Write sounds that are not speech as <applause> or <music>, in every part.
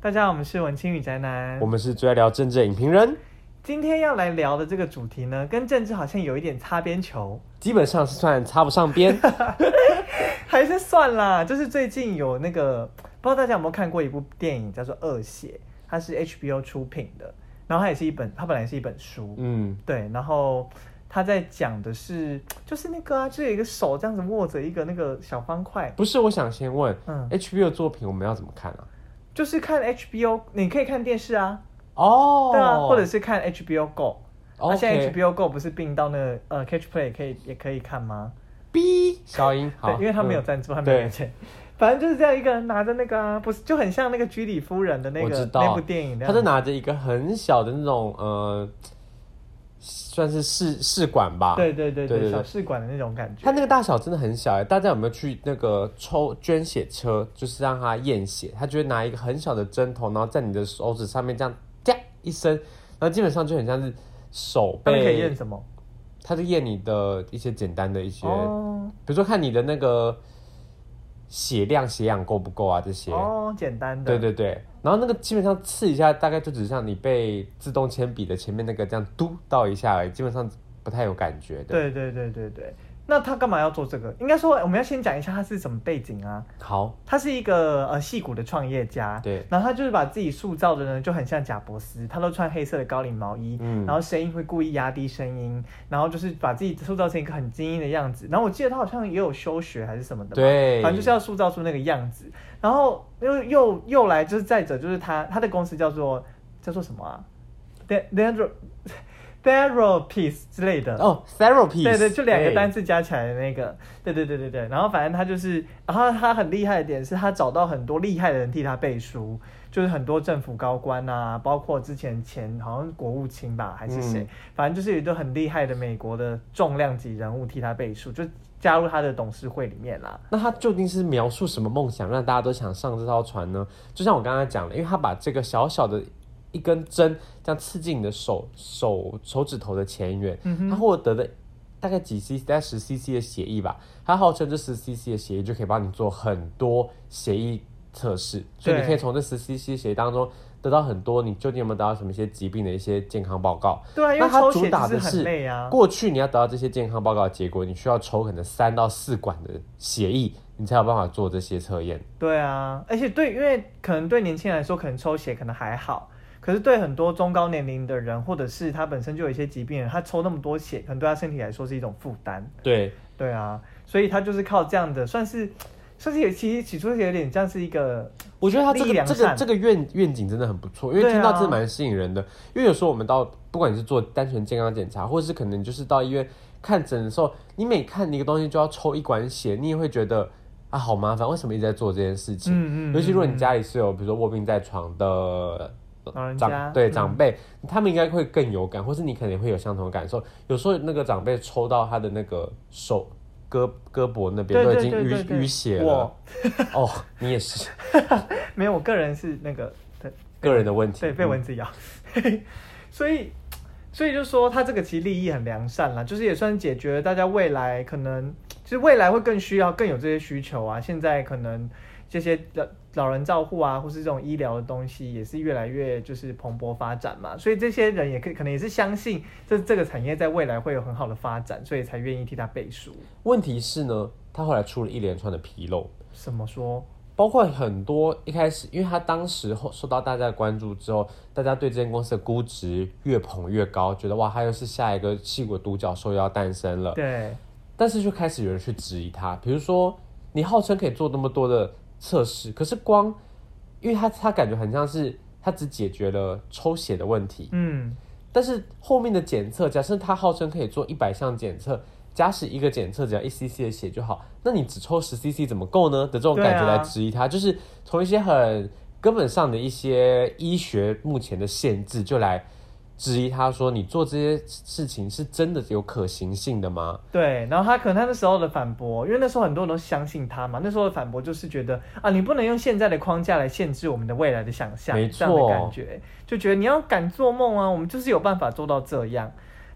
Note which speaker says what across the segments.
Speaker 1: 大家好，我们是文青与宅男
Speaker 2: 我。们是最爱聊政治的影评人，
Speaker 1: 今天要来聊的这个主题呢，跟政治好像有一点擦边球， <laughs>
Speaker 2: 基本上是算插不上边。
Speaker 1: 还是算啦。就是最近有那个，不知道大家有没有看过一部电影叫做《恶血》，它是 HBO 出品的，然后它也是一本，它本来是一本书，
Speaker 2: 嗯，
Speaker 1: 对，然后它在讲的是，就是那个啊，就有一个手这样子握着一个那个小方块，
Speaker 2: 不是，我想先问、
Speaker 1: 嗯，
Speaker 2: HBO 作品我们要怎么看啊？
Speaker 1: 就是看 HBO，你可以看电视啊，
Speaker 2: 哦，
Speaker 1: 对啊，或者是看 HBO Go。那、
Speaker 2: OK
Speaker 1: 现在 HBO Go 不是并到那个呃 Catch Play 可以也可以看吗？
Speaker 2: B 小音，好
Speaker 1: 对，，因为他没有
Speaker 2: 嗯
Speaker 1: 赞助，他没有
Speaker 2: 对
Speaker 1: 钱。反正就是这样一个人拿着那个、啊，不是就很像那个居里夫人的那
Speaker 2: 我
Speaker 1: 个
Speaker 2: 知道
Speaker 1: 那部电影那样
Speaker 2: 他是拿着一个很小的那种呃，算是试试管吧。
Speaker 1: 对对对
Speaker 2: 对
Speaker 1: 对
Speaker 2: 对
Speaker 1: 小试管的那种感觉
Speaker 2: 他。那个大小真的很小哎、大家有没有去那个抽捐血车，就是让他验血？他就会拿一个很小的针头，然后在你的手指上面这样啪一声，然后基本上就很像是手
Speaker 1: 他们可以验
Speaker 2: 被，
Speaker 1: 什么？
Speaker 2: 他就验你的一些简单的一些，
Speaker 1: 哦
Speaker 2: 比如说看你的那个血量、血氧够不够啊这些。
Speaker 1: 哦，简单的。
Speaker 2: 对对对，然后那个基本上刺一下，大概就只像你被自动铅笔的前面那个这样嘟到一下而已，基本上不太有感觉的。
Speaker 1: 对对对对对。那他干嘛要做这个？应该说我们要先讲一下他是什么背景啊？
Speaker 2: 好，
Speaker 1: 他是一个呃戏骨的创业家，
Speaker 2: 对，
Speaker 1: 然后他就是把自己塑造的呢就很像贾伯斯，他都穿黑色的高领毛衣，
Speaker 2: 嗯
Speaker 1: 然后声音会故意压低声音，然后就是把自己塑造成一个很精英的样子。然后我记得他好像也有休学还是什么的吧，
Speaker 2: 对
Speaker 1: 反正就是要塑造出那个样子。然后又又又来就是再者就是他他的公司叫做叫做什么啊？The- The Therapies 之类的
Speaker 2: 哦，therapy，
Speaker 1: 对对，就两个单
Speaker 2: 词，
Speaker 1: 字加起来的那个，对对对对对。然后反正他就是，然后他很厉害的点是他找到很多厉害的人替他背书，就是很多政府高官啊，包括之前前好像国务卿吧还是谁，
Speaker 2: 嗯
Speaker 1: 反正就是有一个很厉害的美国的重量级人物替他背书，就加入他的董事会里面啦。
Speaker 2: 那他究竟是描述什么梦想，让大家都想上这艘船呢？就像我刚刚讲的，因为他把这个小小的一根针这样刺进你的手手手指头的前缘，
Speaker 1: 嗯
Speaker 2: 他获得的大概几 c 在十 cc 的协议吧，他号称这十 cc 的协议就可以帮你做很多协议测试，所以你
Speaker 1: 对
Speaker 2: 可以从这十 cc 协议当中得到很多你究竟有没有得到什么一些疾病的一些健康报告。
Speaker 1: 对啊，因为
Speaker 2: 那他
Speaker 1: 抽血
Speaker 2: 主打
Speaker 1: 就是
Speaker 2: 的
Speaker 1: 很
Speaker 2: 是
Speaker 1: 累啊。
Speaker 2: 过去你要得到这些健康报告的结果，你需要抽可能三到四管的血液，你才有办法做这些测验。
Speaker 1: 对啊，而且对，因为可能对年轻人来说，可能抽血可能还好，可是对很多中高年龄的人，或者是他本身就有一些疾病的人，他抽那么多血，可能对他身体来说是一种负担。
Speaker 2: 对，
Speaker 1: 对啊，所以他就是靠这样的，算是算是有其实起初是有点像是一个，
Speaker 2: 我觉得他这
Speaker 1: 力
Speaker 2: 个
Speaker 1: 量
Speaker 2: 这
Speaker 1: 善
Speaker 2: 个这个愿愿景真的很不错，因为
Speaker 1: 对啊
Speaker 2: 听到真的蛮吸引人的。因为有时候我们到不管你是做单纯健康检查，或者是可能就是到医院看诊的时候，你每看一个东西就要抽一管血，你也会觉得啊好麻烦，为什么一直在做这件事情？
Speaker 1: 嗯
Speaker 2: 尤其如果你家里是有比如说卧病在床的
Speaker 1: 老人家
Speaker 2: 长对
Speaker 1: 嗯
Speaker 2: 长辈，他们应该会更有感，或是你可能会有相同的感受。有时候那个长辈抽到他的那个手胳胳膊那边
Speaker 1: 对
Speaker 2: 都已
Speaker 1: 对
Speaker 2: 经
Speaker 1: 对对对
Speaker 2: 淤淤血了
Speaker 1: 我。
Speaker 2: 哦，你也是
Speaker 1: 没有，我个人是那个对
Speaker 2: 个人的问题。
Speaker 1: 对被
Speaker 2: 嗯
Speaker 1: 蚊子咬， <laughs> 所以所以就说他这个其实利益很良善啦，就是也算解决了大家未来可能就是未来会更需要更有这些需求啊，现在可能。这些老老人照护啊，或是这种医疗的东西，也是越来越就是蓬勃发展嘛，所以这些人也可以可能也是相信这这个产业在未来会有很好的发展，所以才愿意替他背书。
Speaker 2: 问题是呢，他后来出了一连串的纰漏，
Speaker 1: 怎么说？
Speaker 2: 包括很多一开始，因为他当时后受到大家的关注之后，大家对这间公司的估值越捧越高，觉得哇，他又是下一个戏骨独角兽又要诞生了。
Speaker 1: 对，
Speaker 2: 但是就开始有人去质疑他，比如说你号称可以做那么多的测试，可是光，因为他他感觉很像是他只解决了抽血的问题，
Speaker 1: 嗯，
Speaker 2: 但是后面的检测，假设他号称可以做一百项检测，假使一个检测只要一 cc 的血就好，那你只抽十 cc 怎么够呢？的这种
Speaker 1: 对啊
Speaker 2: 感觉来质疑他，就是从一些很根本上的一些医学目前的限制，就来质疑他说你做这些事情是真的有可行性的吗？
Speaker 1: 对。然后他可能他那时候的反驳，因为那时候很多人都相信他嘛，那时候的反驳就是觉得啊，你不能用现在的框架来限制我们的未来的想象，
Speaker 2: 没
Speaker 1: 这样的
Speaker 2: 错
Speaker 1: 感觉，就觉得你要敢做梦啊，我们就是有办法做到这样。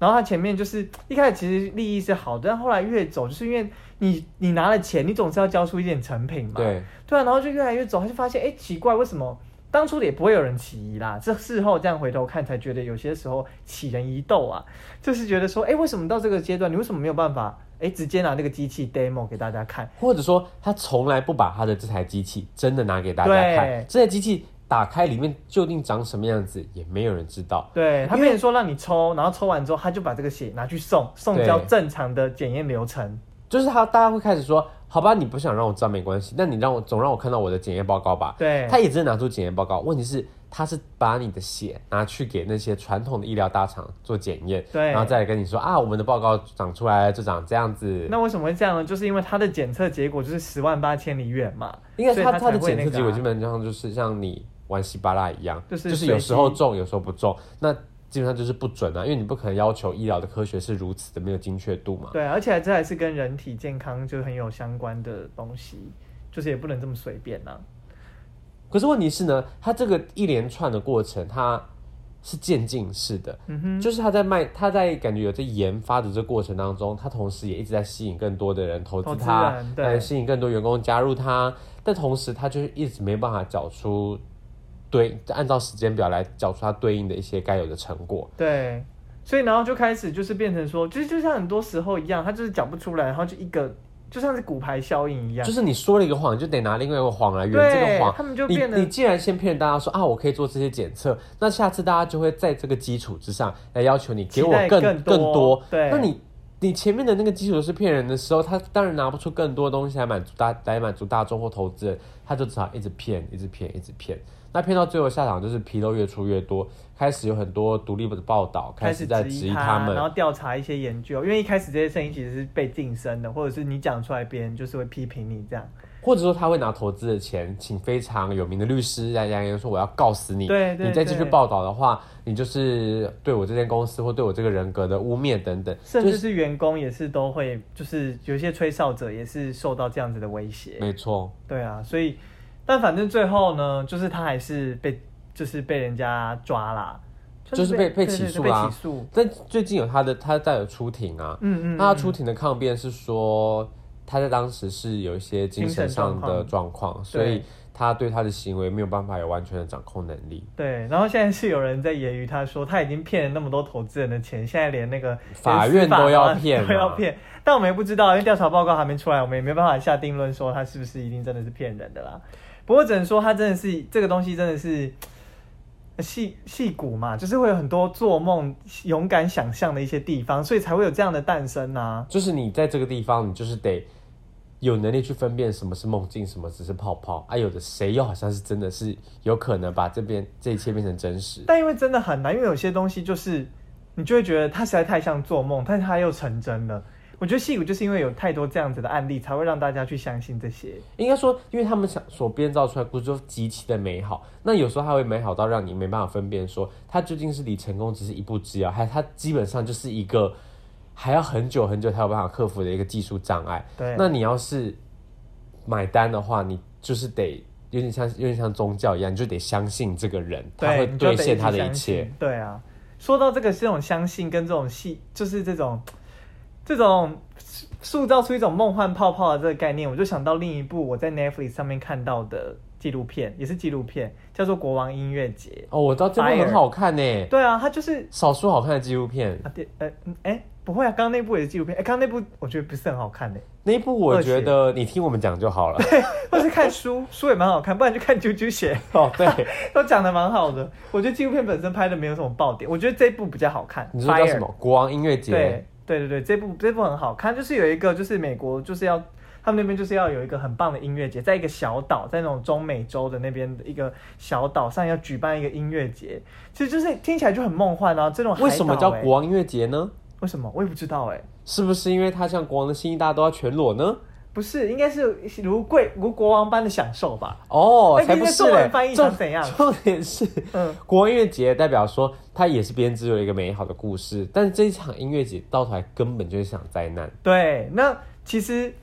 Speaker 1: 然后他前面就是一开始其实利益是好的，但后来越走，就是因为你你拿了钱，你总是要交出一点成品嘛，
Speaker 2: 对。
Speaker 1: 对啊，然后就越来越走，他就发现哎奇怪，为什么当初也不会有人起疑啦，这事后这样回头看才觉得有些时候起人疑窦啊，就是觉得说，哎、为什么到这个阶段，你为什么没有办法，哎、直接拿那个机器 demo 给大家看？
Speaker 2: 或者说他从来不把他的这台机器真的拿给大家看
Speaker 1: 对，
Speaker 2: 这台机器打开里面究竟长什么样子，也没有人知道。
Speaker 1: 对他变成说让你抽，然后抽完之后，他就把这个血拿去送，送交
Speaker 2: 对
Speaker 1: 正常的检验流程。
Speaker 2: 就是他，大家会开始说，好吧，你不想让我知道没关系，那你让我总让我看到我的检验报告吧。
Speaker 1: 对
Speaker 2: 他也真的拿出检验报告，问题是他是把你的血拿去给那些传统的医疗大厂做检验，
Speaker 1: 对
Speaker 2: 然后再来跟你说啊，我们的报告长出来了就长这样子。
Speaker 1: 那为什么会这样呢？就是因为他的检测结果就是十万八千里远嘛，
Speaker 2: 应该
Speaker 1: 所以
Speaker 2: 他
Speaker 1: 他
Speaker 2: 他的
Speaker 1: 才会
Speaker 2: 检
Speaker 1: 那
Speaker 2: 测
Speaker 1: 个
Speaker 2: 结果
Speaker 1: 啊
Speaker 2: 基本上就是像你玩稀巴拉一样，
Speaker 1: 就是
Speaker 2: 有
Speaker 1: 随
Speaker 2: 时候
Speaker 1: 机
Speaker 2: 中，有时候不中，那基本上就是不准啊，因为你不可能要求医疗的科学是如此的没有精确度嘛。
Speaker 1: 对，而且这还是跟人体健康就很有相关的东西，就是也不能这么随便呐、啊
Speaker 2: 可是问题是呢，它这个一连串的过程，它是渐进式的，
Speaker 1: 嗯哼，
Speaker 2: 就是它在卖，它在感觉有在研发的这过程当中，它同时也一直在吸引更多的人投资
Speaker 1: 投资
Speaker 2: 它
Speaker 1: 人，对
Speaker 2: 来吸引更多员工加入它，但同时它就是一直没办法缴出对按照时间表来缴出它对应的一些该有的成果。
Speaker 1: 对，所以然后就开始就是变成说，就是就像很多时候一样，他就是讲不出来，然后就一个就像是骨牌效应一样
Speaker 2: 就，是你说了一个谎，你就得拿另外一个谎来圆
Speaker 1: 对
Speaker 2: 这个谎。
Speaker 1: 他们就变得
Speaker 2: 你你既然先骗大家说啊，我可以做这些检测，那下次大家就会在这个基础之上来要求你给我
Speaker 1: 期待
Speaker 2: 更
Speaker 1: 更多对
Speaker 2: 那你你前面的那个基础是骗人的时候，他当然拿不出更多东西来满足大来满足大众或投资人，他就只好一直骗，一直骗，一直骗。那骗到最后下场就是纰漏越出越多，开始有很多独立的报道开始在质
Speaker 1: 质
Speaker 2: 疑
Speaker 1: 他
Speaker 2: 们
Speaker 1: 然，后调查一些研究，因为一开始这些声音其实是被晋升的，或者是你讲出来，别人就是会批评你这样。
Speaker 2: 或者说他会拿投资的钱请非常有名的律师来扬言说我要告死你，
Speaker 1: 对对
Speaker 2: 你再继续
Speaker 1: 对
Speaker 2: 报道的话，你就是对我这间公司或对我这个人格的污蔑等等，
Speaker 1: 甚
Speaker 2: 就
Speaker 1: 至是员工也是都会，就是有些吹哨者也是受到这样子的威胁。
Speaker 2: 没错，
Speaker 1: 对啊，所以但反正最后呢，就是他还是被就是被人家抓啦，
Speaker 2: 就是被被
Speaker 1: 对对
Speaker 2: 起
Speaker 1: 对
Speaker 2: 诉
Speaker 1: 被
Speaker 2: 啦
Speaker 1: 起诉。
Speaker 2: 但最近有他的他带有出庭啊，
Speaker 1: 嗯嗯，
Speaker 2: 那他出庭的抗辩是说他在当时是有一些精神上的状况，所以他对他的行为没有办法有完全的掌控能力。
Speaker 1: 对。然后现在是有人在揶揄他说，他已经骗了那么多投资人的钱，现在连那个
Speaker 2: 法院
Speaker 1: 连司法
Speaker 2: 都要
Speaker 1: 官
Speaker 2: 骗啊
Speaker 1: 都要
Speaker 2: 嘛
Speaker 1: 骗。但我们也不知道，因为调查报告还没出来，我们也没办法下定论说他是不是一定真的是骗人的啦。不过只能说他真的是这个东西真的是。呃戏戏骨嘛，就是会有很多做梦、勇敢想象的一些地方，所以才会有这样的诞生啊。
Speaker 2: 就是你在这个地方，你就是得有能力去分辨什么是梦境，什么只是泡泡。啊，有的谁又好像是真的是有可能把这边这一切变成真实。
Speaker 1: 但因为真的很难，因为有些东西就是你就会觉得它实在太像做梦，但是它又成真了。我觉得戏骨就是因为有太多这样子的案例，才会让大家去相信这些。
Speaker 2: 应该说，因为他们想所编造出来的故事都极其的美好，那有时候它会美好到让你没办法分辨说它究竟是离成功只是一步之遥，还它基本上就是一个还要很久很久才有办法克服的一个技术障碍。
Speaker 1: 对
Speaker 2: 那你要是买单的话，你就是得有点像有点像宗教一样，你就得相信这个人，他会
Speaker 1: 对，你就
Speaker 2: 兑
Speaker 1: 得
Speaker 2: 现
Speaker 1: 直
Speaker 2: 他的一
Speaker 1: 相
Speaker 2: 切。
Speaker 1: 信。对啊，说到这个这种相信跟这种戏，就是这种这种塑造出一种梦幻泡泡的这个概念，我就想到另一部我在 Netflix 上面看到的纪录片，也是纪录片，叫做《国王音乐节
Speaker 2: 哦，我知道这部很好看呢、》。
Speaker 1: 对啊，它就是
Speaker 2: 少数好看的纪录片。
Speaker 1: 啊，对，呃，嗯哎、不会啊，刚刚那部也是纪录片，哎、刚刚那部我觉得不是很好看呢、
Speaker 2: 那一部我
Speaker 1: 热血
Speaker 2: 觉得你听我们讲就好了。
Speaker 1: 或是看书，书也蛮好看，不然就看啾啾鞋，
Speaker 2: 哦，对，
Speaker 1: 都讲的蛮好的。我觉得纪录片本身拍的没有什么爆点，我觉得这部比较好看。
Speaker 2: 你说叫什
Speaker 1: Fire？
Speaker 2: 么？国王音乐节。
Speaker 1: 对对对对，这部这部很好看，就是有一个就是美国就是要。他们那边就是要有一个很棒的音乐节，在一个小岛，在那种中美洲的那边的一个小岛上要举办一个音乐节，其实就是听起来就很梦幻啊。这种海岛
Speaker 2: 为什么叫
Speaker 1: 欸
Speaker 2: 国？王音乐节呢？
Speaker 1: 为什么我也不知道哎、
Speaker 2: 是不是因为他像国王的新衣，大家都要全裸呢？
Speaker 1: 不是，应该是如贵如国王般的享受吧？
Speaker 2: 哦，
Speaker 1: 哎
Speaker 2: 才不
Speaker 1: 你的
Speaker 2: 是
Speaker 1: 中文
Speaker 2: 嘞
Speaker 1: 翻译
Speaker 2: 重
Speaker 1: 成怎样
Speaker 2: 重点是，
Speaker 1: 嗯
Speaker 2: 国王音乐节代表说它也是编织了一个美好的故事，但是这一场音乐节到头来根本就是一场灾难。
Speaker 1: 对，那其实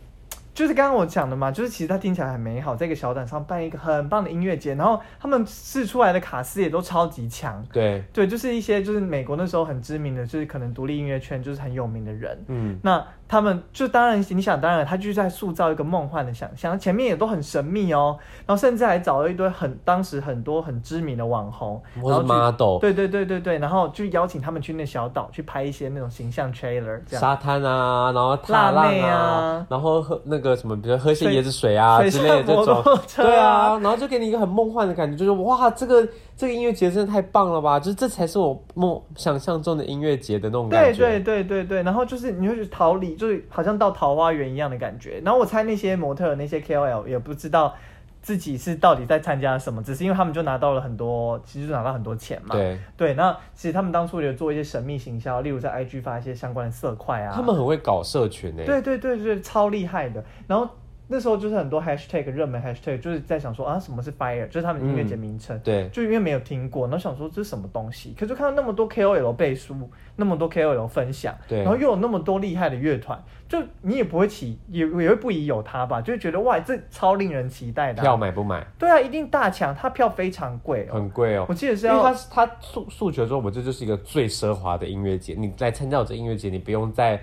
Speaker 1: 就是刚刚我讲的嘛，就是其实它听起来很美好，在一个小岛上办一个很棒的音乐节，然后他们试出来的卡司也都超级强。
Speaker 2: 对，
Speaker 1: 对，就是一些就是美国那时候很知名的，就是可能独立音乐圈就是很有名的人。
Speaker 2: 嗯，
Speaker 1: 那他们就当然你想当然，他就是在塑造一个梦幻的想象，前面也都很神秘哦，然后甚至还找了一堆很当时很多很知名的网红，然
Speaker 2: 或
Speaker 1: 后
Speaker 2: 是
Speaker 1: 去
Speaker 2: model
Speaker 1: 对对对对对，然后就邀请他们去那小岛去拍一些那种形象 trailer 这样。
Speaker 2: 沙滩啊，然后踏
Speaker 1: 辣
Speaker 2: 浪
Speaker 1: 妹啊
Speaker 2: 然后喝那个什么，比如说喝些椰子水啊
Speaker 1: 水
Speaker 2: 之类的
Speaker 1: 水上
Speaker 2: 这
Speaker 1: 摩托
Speaker 2: 种，
Speaker 1: 车啊
Speaker 2: 对啊，然后就给你一个很梦幻的感觉，就是哇，这个这个音乐节真的太棒了吧！就是这才是我梦想象中的音乐节的那种
Speaker 1: 对
Speaker 2: 感觉。
Speaker 1: 对对对对，然后就是你会去逃离，就是好像到桃花源一样的感觉。然后我猜那些模特、那些 KOL 也不知道自己是到底在参加什么，只是因为他们就拿到了很多，其实就拿到很多钱嘛。
Speaker 2: 对
Speaker 1: 对，那其实他们当初有做一些神秘行销，例如在 IG 发一些相关的色块啊。
Speaker 2: 他们很会搞社群欸诶、
Speaker 1: 对对对对，超厉害的。然后那时候就是很多 hashtag 热门 hashtag，就是在想说啊，什么是 fire，就是他们音乐
Speaker 2: 嗯
Speaker 1: 节名称。
Speaker 2: 对
Speaker 1: 就因为没有听过，然后想说这是什么东西，可是看到那么多 KOL 背书，那么多 KOL 分享，
Speaker 2: 对
Speaker 1: 然后又有那么多厉害的乐团，就你也不会起也也会不疑有他吧，就会觉得哇，这超令人期待的啊、
Speaker 2: 票买不买？
Speaker 1: 对啊，一定大抢，他票非常贵哦，
Speaker 2: 很贵哦、
Speaker 1: 我记得是
Speaker 2: 因为
Speaker 1: 要
Speaker 2: 他他诉诉求说，我这就是一个最奢华的音乐节，你来参加我这音乐节，你不用在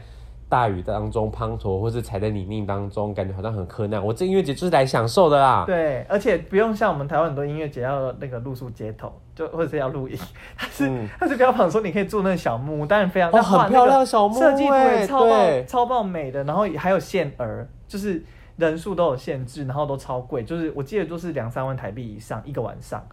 Speaker 2: 大雨当中滂沱，或是踩在泥泞当中，感觉好像很困难。我这音乐节就是来享受的啦。
Speaker 1: 对，而且不用像我们台湾很多音乐节要那个露宿街头，就或者是要露营， <laughs> 它是、
Speaker 2: 嗯
Speaker 1: 它是标榜说你可以住那个小木屋，当然非常、
Speaker 2: 哦
Speaker 1: 但画
Speaker 2: 很
Speaker 1: 那个
Speaker 2: 漂亮小木屋
Speaker 1: 设计图也
Speaker 2: 欸
Speaker 1: 超爆
Speaker 2: 对
Speaker 1: 超爆美的，然后还有限额，就是人数都有限制，然后都超贵，就是我记得就是两三万台币以上一个晚上。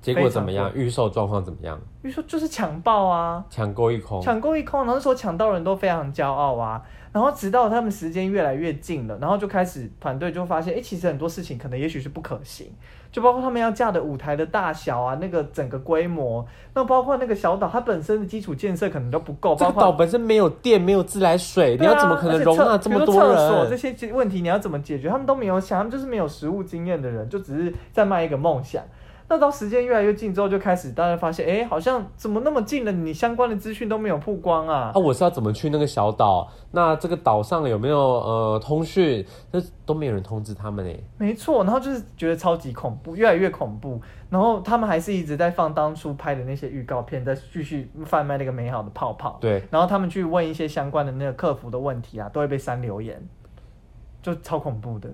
Speaker 2: 结果怎么样？预售状况怎么样？
Speaker 1: 比如说就是抢爆啊，
Speaker 2: 抢购一空。
Speaker 1: 抢购一空，然后那时候抢到人都非常骄傲啊。然后直到他们时间越来越近了，然后就开始团队就发现，哎，其实很多事情可能也许是不可行，就包括他们要架的舞台的大小啊，那个整个规模，那包括那个小岛它本身的基础建设可能都不够，
Speaker 2: 这
Speaker 1: 包
Speaker 2: 个
Speaker 1: 括
Speaker 2: 岛本身没有电，没有自来水，你
Speaker 1: 对啊
Speaker 2: 要怎么可能容纳这么
Speaker 1: 而且厕
Speaker 2: 多
Speaker 1: 比如说厕所这
Speaker 2: 人？
Speaker 1: 些问题你要怎么解决？他们都没有想，他们就是没有实务经验的人，就只是在卖一个梦想。那到时间越来越近之后，就开始大家发现，哎，好像怎么那么近了，你相关的资讯都没有曝光啊
Speaker 2: 啊，。我是要怎么去那个小岛？那这个岛上有没有呃通讯？这都没有人通知他们哎、
Speaker 1: 没错，然后就是觉得超级恐怖，越来越恐怖。然后他们还是一直在放当初拍的那些预告片，在继续贩卖那个美好的泡泡。
Speaker 2: 对，
Speaker 1: 然后他们去问一些相关的那个客服的问题啊，都会被删留言，就超恐怖的。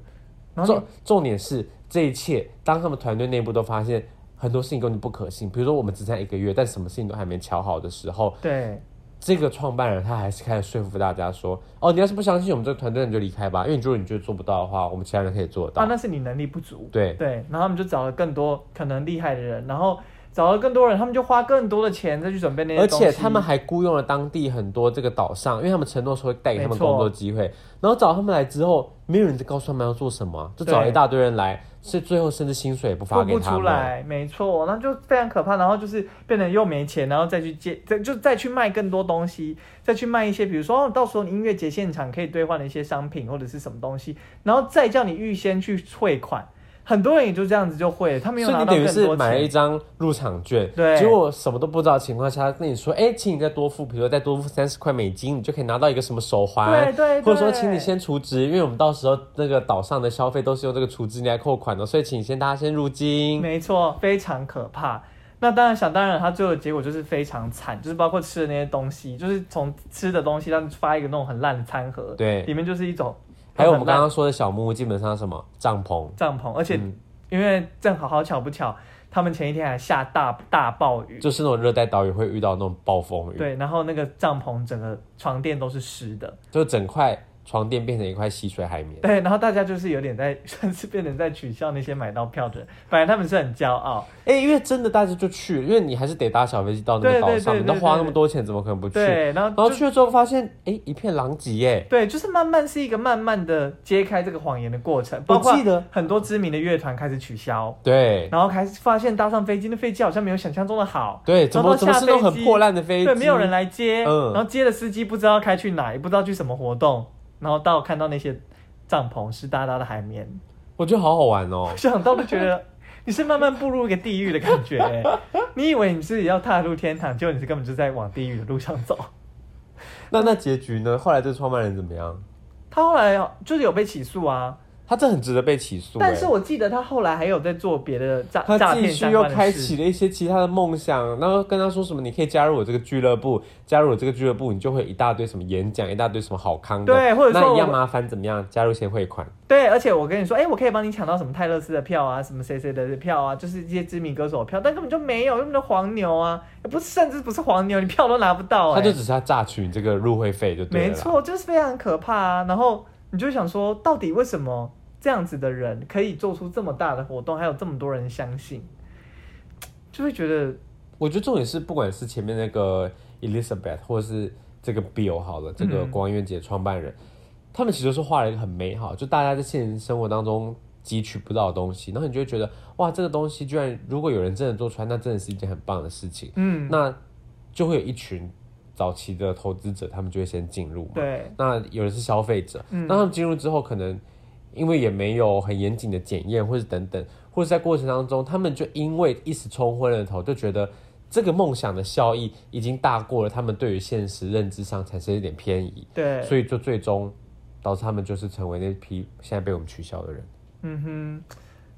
Speaker 1: 然后
Speaker 2: 重
Speaker 1: 你
Speaker 2: 重点是这一切，当他们团队内部都发现很多事情根本不可信，比如说我们只剩下一个月，但什么事情都还没瞧好的时候，
Speaker 1: 对
Speaker 2: 这个创办人他还是开始说服大家说，哦，你要是不相信我们这个团队，你就离开吧，因为如果你觉得做不到的话，我们其他人可以做到。
Speaker 1: 啊，那是你能力不足。
Speaker 2: 对，
Speaker 1: 对，然后他们就找了更多可能厉害的人，然后找了更多人，他们就花更多的钱再去准备那些
Speaker 2: 而
Speaker 1: 东西。
Speaker 2: 且他们还雇佣了当地很多这个岛上，因为他们承诺说会带给他
Speaker 1: 没
Speaker 2: 们
Speaker 1: 错
Speaker 2: 工作机会，然后找他们来之后，没有人告诉他们要做什么啊，就找了
Speaker 1: 对
Speaker 2: 一大堆人来，是最后甚至薪水也不发
Speaker 1: 付
Speaker 2: 给
Speaker 1: 不
Speaker 2: 他
Speaker 1: 出
Speaker 2: 们。
Speaker 1: 来，没错，那就非常可怕。然后就是变得又没钱，然后再去借，再就再去卖更多东西，再去卖一些，比如说、哦、到时候你音乐节现场可以兑换的一些商品或者是什么东西，然后再叫你预先去汇款。很多人也就这样子就会了，他没有
Speaker 2: 所以
Speaker 1: 拿
Speaker 2: 你
Speaker 1: 到
Speaker 2: 等
Speaker 1: 更
Speaker 2: 于是
Speaker 1: 多
Speaker 2: 买了一
Speaker 1: 钱。
Speaker 2: 张入场券，
Speaker 1: 对
Speaker 2: 结果什么都不知道的情况下，跟你说，哎、请你再多付，比如说再多付三十块美金，你就可以拿到一个什么手环，
Speaker 1: 对对对
Speaker 2: 或者说请你先储值，因为我们到时候那个岛上的消费都是用这个储值来扣款的，所以请先大家先入金。
Speaker 1: 没错，非常可怕。那当然，想当然，他最后的结果就是非常惨，就是包括吃的那些东西，就是从吃的东西，他们发一个那种很烂的餐盒，
Speaker 2: 对
Speaker 1: 里面就是一种
Speaker 2: 还有我
Speaker 1: 很
Speaker 2: 们
Speaker 1: 烂
Speaker 2: 刚刚说的小木屋，基本上是什么帐篷，
Speaker 1: 帐篷，而且
Speaker 2: 嗯
Speaker 1: 因为正好好巧不巧，他们前一天还下大大暴雨，
Speaker 2: 就是那种热带岛屿会遇到那种暴风雨，
Speaker 1: 对，然后那个帐篷整个床垫都是湿的，
Speaker 2: 就整块床垫变成一块吸水海绵。
Speaker 1: 对，然后大家就是有点在算是变成在取笑那些买到票的人，本来他们是很骄傲，
Speaker 2: 哎、因为真的大家就去，因为你还是得搭小飞机到那
Speaker 1: 对
Speaker 2: 个岛
Speaker 1: 对
Speaker 2: 上，
Speaker 1: 对
Speaker 2: 你都
Speaker 1: 对
Speaker 2: 花
Speaker 1: 对
Speaker 2: 那么多钱，怎么可能不去？
Speaker 1: 对，然
Speaker 2: 然
Speaker 1: 后
Speaker 2: 后
Speaker 1: 就
Speaker 2: 去了之后发现，哎、一片狼藉耶。
Speaker 1: 对，就是慢慢是一个慢慢的揭开这个谎言的过程，包
Speaker 2: 我
Speaker 1: 括
Speaker 2: 记得，
Speaker 1: 很多知名的乐团开始取消，
Speaker 2: 对
Speaker 1: 然后开始发现搭上飞机，那飞机好像没有想象中的好，
Speaker 2: 对，怎么
Speaker 1: 然后
Speaker 2: 怎
Speaker 1: 下
Speaker 2: 么是那种
Speaker 1: 飞
Speaker 2: 很
Speaker 1: 机
Speaker 2: 破烂的飞机，
Speaker 1: 对，没有人来接，
Speaker 2: 嗯
Speaker 1: 然后接的司机不知道开去哪，也不知道去什么活动，然后到看到那些帐篷湿哒哒的海绵， <laughs>
Speaker 2: 我觉得好好玩哦。
Speaker 1: 想到就觉得你是慢慢步入一个地狱的感觉、 <laughs> 你以为你自己要踏入天堂，结果你是根本就在往地狱的路上走。
Speaker 2: 那那结局呢？后来这个创办人怎么样？
Speaker 1: 他后来就是有被起诉啊，
Speaker 2: 他这很值得被起诉、欸。
Speaker 1: 但是我记得他后来还有在做别的诈诈
Speaker 2: 他
Speaker 1: 骗
Speaker 2: 继续
Speaker 1: 相
Speaker 2: 又
Speaker 1: 关
Speaker 2: 开
Speaker 1: 的事。
Speaker 2: 启了一些其他的梦想，然后跟他说什么，你可以加入我这个俱乐部，加入我这个俱乐部，你就会有一大堆什么演讲，一大堆什么好康的，
Speaker 1: 对或者说
Speaker 2: 那一样
Speaker 1: 我
Speaker 2: 麻烦怎么样？加入先汇款，
Speaker 1: 对，而且我跟你说，哎、我可以帮你抢到什么泰勒斯的票啊，什么谁谁的票啊，就是一些知名歌手的票，但根本就没有，根本就黄牛啊，不是，甚至不是黄牛，你票都拿不到、哎
Speaker 2: 他就只是要榨取你这个入会费就对啊了。
Speaker 1: 没，错，就是非常可怕啊。然后你就想说，到底为什么这样子的人可以做出这么大的活动，还有这么多人相信，就会觉得
Speaker 2: 我觉得重点是，不管是前面那个 Elizabeth 或者是这个 Bill 好了，这个
Speaker 1: 嗯
Speaker 2: 光渊节创办人，他们其实是画了一个很美好，就大家在现实生活当中汲取不到的东西，然后你就会觉得，哇，这个东西居然如果有人真的做出来，那真的是一件很棒的事情。
Speaker 1: 嗯，
Speaker 2: 那就会有一群早期的投资者，他们就会先进入嘛。
Speaker 1: 对，
Speaker 2: 那有人是消费者，
Speaker 1: 嗯
Speaker 2: 那他们进入之后，可能因为也没有很严谨的检验，或者等等，或者在过程当中，他们就因为一时冲昏了头，就觉得这个梦想的效益已经大过了他们对于现实认知上产生一点偏移，
Speaker 1: 对，
Speaker 2: 所以就最终导致他们就是成为那批现在被我们取消的人。
Speaker 1: 嗯哼，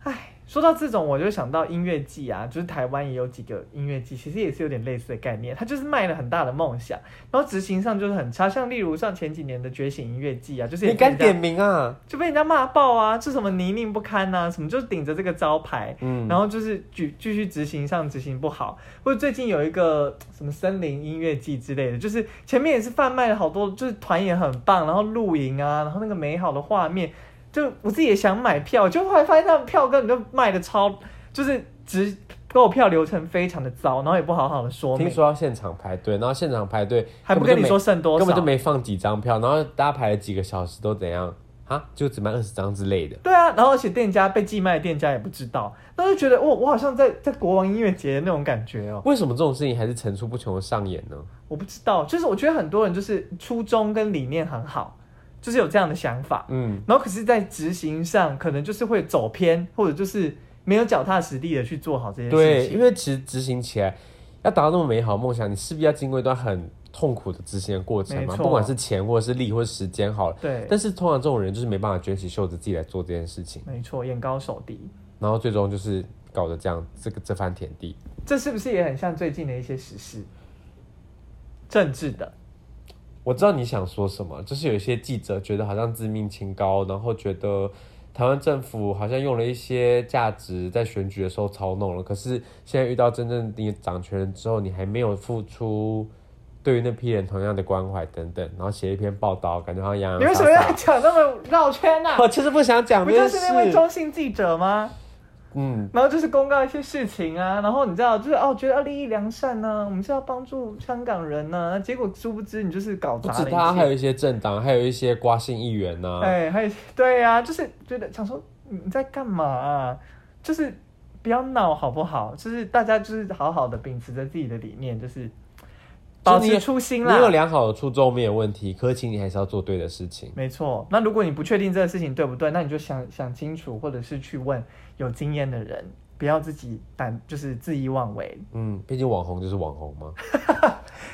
Speaker 1: 唉，说到这种，我就想到音乐季啊，就是台湾也有几个音乐季，其实也是有点类似的概念，它就是卖了很大的梦想，然后执行上就是很差，像例如像前几年的觉醒音乐季啊，就是也
Speaker 2: 你
Speaker 1: 被人
Speaker 2: 敢
Speaker 1: 家
Speaker 2: 点名啊？
Speaker 1: 就被人家骂爆啊，是什么泥泞不堪呐、什么就是顶着这个招牌，
Speaker 2: 嗯
Speaker 1: 然后就是继继续执行上执行不好，或者最近有一个什么森林音乐季之类的，就是前面也是贩卖了好多，就是团也很棒，然后露营啊，然后那个美好的画面，就我自己也想买票，就后来发现他们票根本就卖的超，就是只购票流程非常的糟，然后也不好好的说
Speaker 2: 听
Speaker 1: 明，
Speaker 2: 说要现场排队，然后现场排队
Speaker 1: 还不
Speaker 2: 根
Speaker 1: 跟
Speaker 2: 本就
Speaker 1: 你
Speaker 2: 没
Speaker 1: 说剩多少，
Speaker 2: 根本就没放几张票，然后大家排了几个小时都怎样啊？就只卖二十张之类的。
Speaker 1: 对啊，然后而且店家被寄卖的店家也不知道，那就觉得我我好像在在国王音乐节的那种感觉哦，
Speaker 2: 为什么这种事情还是层出不穷的上演呢？
Speaker 1: 我不知道，就是我觉得很多人就是初衷跟理念很好，就是有这样的想法，
Speaker 2: 嗯，
Speaker 1: 然后可是，在执行上可能就是会走偏，或者就是没有脚踏实地的去做好这件事
Speaker 2: 对，
Speaker 1: 情。
Speaker 2: 因为其实执行起来要达到那么美好的梦想，你势必要经过一段很痛苦的执行的过程嘛，
Speaker 1: 没错
Speaker 2: 不管是钱或者是力或者是时间好了。
Speaker 1: 对，
Speaker 2: 但是通常这种人就是没办法卷起袖子自己来做这件事情，
Speaker 1: 没错，眼高手低，
Speaker 2: 然后最终就是搞得这样这个这番田地。
Speaker 1: 这是不是也很像最近的一些时事？政治的，
Speaker 2: 我知道你想说什么，就是有一些记者觉得好像自命清高，然后觉得台湾政府好像用了一些价值在选举的时候操弄了，可是现在遇到真正你掌权人之后，你还没有付出对于那批人同样的关怀等等，然后写一篇报道，感觉好像洋
Speaker 1: 你为
Speaker 2: 洋
Speaker 1: 什
Speaker 2: 洒
Speaker 1: 么要 <laughs>
Speaker 2: 洒。
Speaker 1: 讲那么绕圈
Speaker 2: <laughs>
Speaker 1: 呢、
Speaker 2: 我就是不想讲
Speaker 1: 不
Speaker 2: 这
Speaker 1: 就
Speaker 2: 件
Speaker 1: 是那位
Speaker 2: 事。
Speaker 1: 中性记者吗？
Speaker 2: 嗯，
Speaker 1: 然后就是公告一些事情啊，然后你知道，就是哦，觉得要利益良善呢、我们是要帮助香港人呢、结果殊不知你就是搞
Speaker 2: 不
Speaker 1: 砸
Speaker 2: 止
Speaker 1: 了一
Speaker 2: 他，还有
Speaker 1: 切。
Speaker 2: 一些政党，还有一些瓜姓议员呐、
Speaker 1: 哎，还有对呀、就是觉得想说你在干嘛、啊？就是不要闹好不好？就是大家就是好好的秉持着自己的理念，就是保
Speaker 2: 你
Speaker 1: 持初心
Speaker 2: 你有
Speaker 1: 啦。
Speaker 2: 良好的初衷没有问题，可请你还是要做对的事情。
Speaker 1: 没错，那如果你不确定这个事情对不对，那你就想想清楚，或者是去问有经验的人，不要自己胆就是恣意妄为，
Speaker 2: 嗯，毕竟网红就是网红嘛。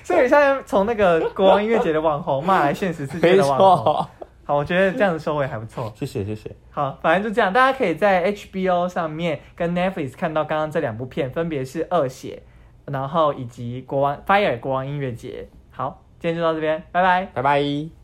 Speaker 1: 所以现在从那个国王音乐节的网红骂来现实世界
Speaker 2: 没
Speaker 1: 的网红，
Speaker 2: 错，
Speaker 1: 好，我觉得这样的收尾还不错。
Speaker 2: 谢谢谢谢。
Speaker 1: 好，反正就这样，大家可以在 HBO 上面跟 Netflix 看到刚刚这两部片，分别是《恶血》，然后以及《国王 Fire》国王音乐节。好，今天就到这边，拜拜。
Speaker 2: 拜拜。